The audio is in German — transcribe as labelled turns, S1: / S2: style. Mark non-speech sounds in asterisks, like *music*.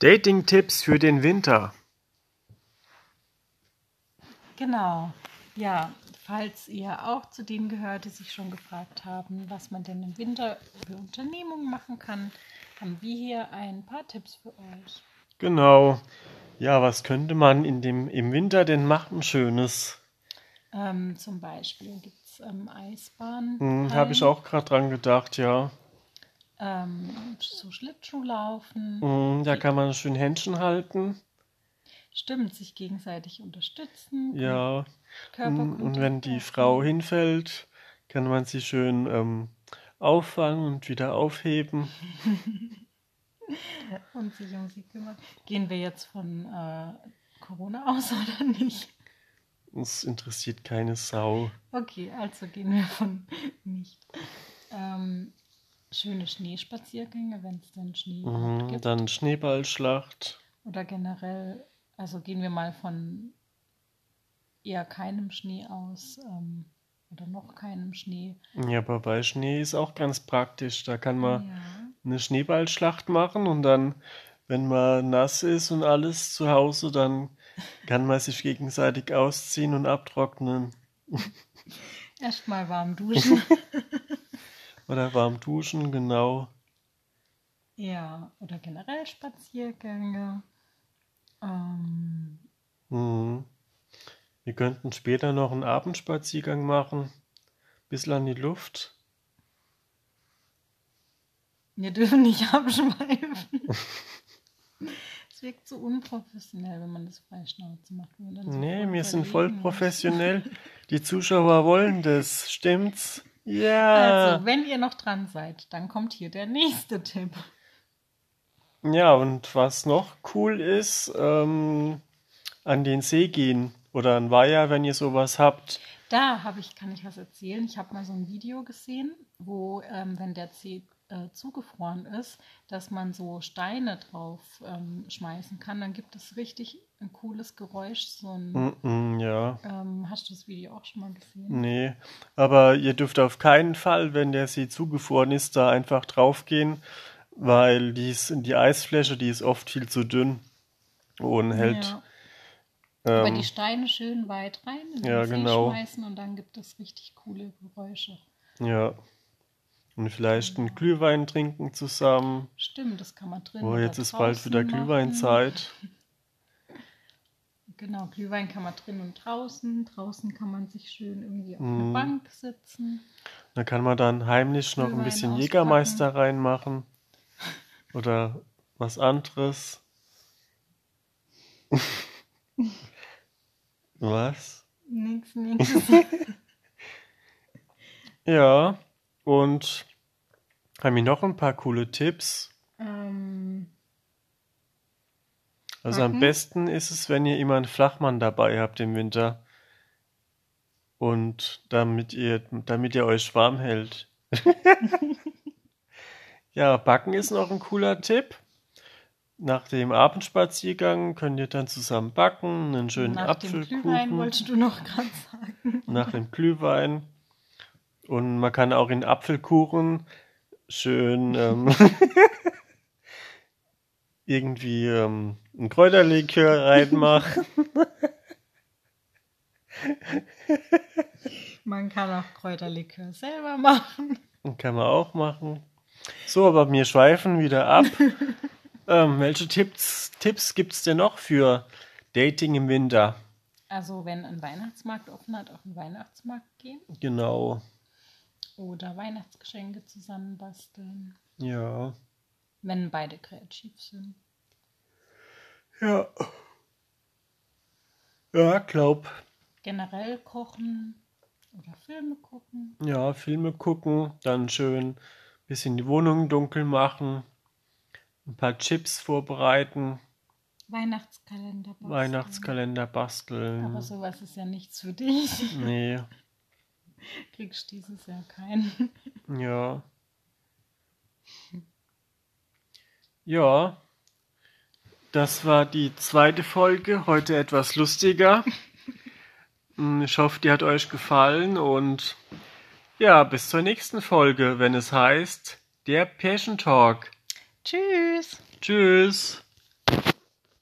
S1: Dating-Tipps für den Winter.
S2: Genau, ja. Falls ihr auch zu denen gehört, die sich schon gefragt haben, was man denn im Winter für Unternehmungen machen kann, haben wir hier ein paar Tipps für euch.
S1: Genau. Ja, was könnte man in dem, im Winter denn machen Schönes?
S2: Ähm, zum Beispiel gibt es ähm, Eisbahnen.
S1: Hm, Habe ich auch gerade dran gedacht, ja.
S2: Ähm, so Schlittschuhlaufen.
S1: Hm, da kann man schön Händchen halten.
S2: Stimmt, sich gegenseitig unterstützen.
S1: Ja.
S2: Körperkontakt
S1: Hm, Und wenn die
S2: halten.
S1: Frau hinfällt, kann man sie schön ähm, auffangen und wieder aufheben.
S2: Und sich um sie kümmern. Gehen wir jetzt von äh, Corona aus *laughs* oder nicht?
S1: Uns interessiert keine Sau.
S2: Okay, also gehen wir von *laughs* nicht. Ähm, schöne Schneespaziergänge, wenn es denn Schnee
S1: Mhm,
S2: gibt.
S1: dann Schneeballschlacht.
S2: Oder generell, also gehen wir mal von eher keinem Schnee aus ähm, oder noch keinem Schnee.
S1: Ja, aber bei Schnee ist auch ganz praktisch. Da kann man
S2: Ja.
S1: eine Schneeballschlacht machen und dann, wenn man nass ist und alles zu Hause, dann kann man sich gegenseitig ausziehen und abtrocknen
S2: Erstmal warm duschen.
S1: oder warm duschen, genau.
S2: ja, oder generell Spaziergänge. Ähm,
S1: Mhm. Wir könnten später noch einen Abendspaziergang machen, bisschen an die Luft.
S2: wir dürfen nicht
S1: *laughs*
S2: *laughs* abschweifen. Es wirkt so unprofessionell, wenn man das Freischnauze macht. wenn man dann so
S1: Nee,
S2: voll
S1: wir sind voll
S2: überlegen ne? muss.
S1: professionell. Die Zuschauer wollen das, stimmt's? Ja.
S2: Also, wenn ihr noch dran seid, dann kommt hier der nächste Tipp.
S1: Ja, und was noch cool ist, ähm, an den See gehen oder an Weiher, wenn ihr sowas habt.
S2: Da habe ich, kann ich was erzählen. Ich habe mal so ein Video gesehen, wo, ähm, wenn der Zeh äh, zugefroren ist, dass man so Steine drauf ähm, schmeißen kann. Dann gibt es richtig ein cooles Geräusch. So ein,
S1: Hm. Mm-mm, ja,
S2: ähm, hast du das Video auch schon mal gesehen?
S1: nee. Aber ihr dürft auf keinen Fall, wenn der See zugefroren ist, da einfach draufgehen, weil die, ist, die Eisfläche, die ist oft viel zu dünn und hält.
S2: Ja. Aber
S1: Ähm,
S2: die Steine schön weit rein in den
S1: ja,
S2: See
S1: genau.
S2: schmeißen und dann gibt es richtig coole Geräusche.
S1: ja. Und vielleicht einen Glühwein trinken zusammen.
S2: Stimmt, das kann man drin.
S1: Oh,
S2: oder
S1: jetzt ist bald
S2: draußen
S1: wieder
S2: machen.
S1: Glühweinzeit.
S2: Genau, Glühwein kann man drin und draußen. Draußen kann man sich schön irgendwie auf
S1: Mhm.
S2: eine Bank sitzen.
S1: Da kann man dann heimlich noch ein
S2: Glühwein
S1: bisschen
S2: auspacken.
S1: Jägermeister reinmachen oder was anderes. Was? *laughs*
S2: Nix, nix.
S1: Ja, und haben wir noch ein paar coole Tipps.
S2: ähm,
S1: Also am
S2: Mhm.
S1: besten ist es, wenn ihr immer einen Flachmann dabei habt im Winter. Und damit ihr, damit ihr euch warm
S2: *laughs*
S1: hält. ja, Backen ist noch ein cooler Tipp. Nach dem Abendspaziergang könnt ihr dann zusammen backen, einen schönen
S2: nach dem Glühwein
S1: Apfelkuchen,
S2: wolltest du noch gerade sagen.
S1: nach dem Glühwein. Und man kann auch in Apfelkuchen schön ähm, *laughs* irgendwie ähm, ein Kräuterlikör reinmachen.
S2: Man kann auch Kräuterlikör selber machen.
S1: Kann man auch machen. So, aber wir schweifen wieder ab. ähm, welche Tipps, Tipps gibt es denn noch für Dating im Winter?
S2: Also wenn ein Weihnachtsmarkt offen hat, auf den Weihnachtsmarkt gehen
S1: Genau.
S2: oder Weihnachtsgeschenke zusammenbasteln,
S1: Ja.
S2: wenn beide kreativ sind.
S1: Ja. Ja, glaub.
S2: Generell kochen oder Filme gucken.
S1: Ja, Filme gucken, dann schön bisschen die Wohnung dunkel machen, ein paar Chips vorbereiten,
S2: Weihnachtskalender basteln.
S1: Weihnachtskalender
S2: Aber
S1: basteln.
S2: sowas ist ja nichts für
S1: *laughs*
S2: dich. *laughs*
S1: Nee.
S2: Kriegst dieses Jahr keinen.
S1: Ja. Ja. Das war die zweite Folge, heute etwas lustiger. Hm, Ich hoffe, die hat euch gefallen und ja, bis zur nächsten Folge, wenn es heißt, der Passion Talk.
S2: Tschüss.
S1: Tschüss.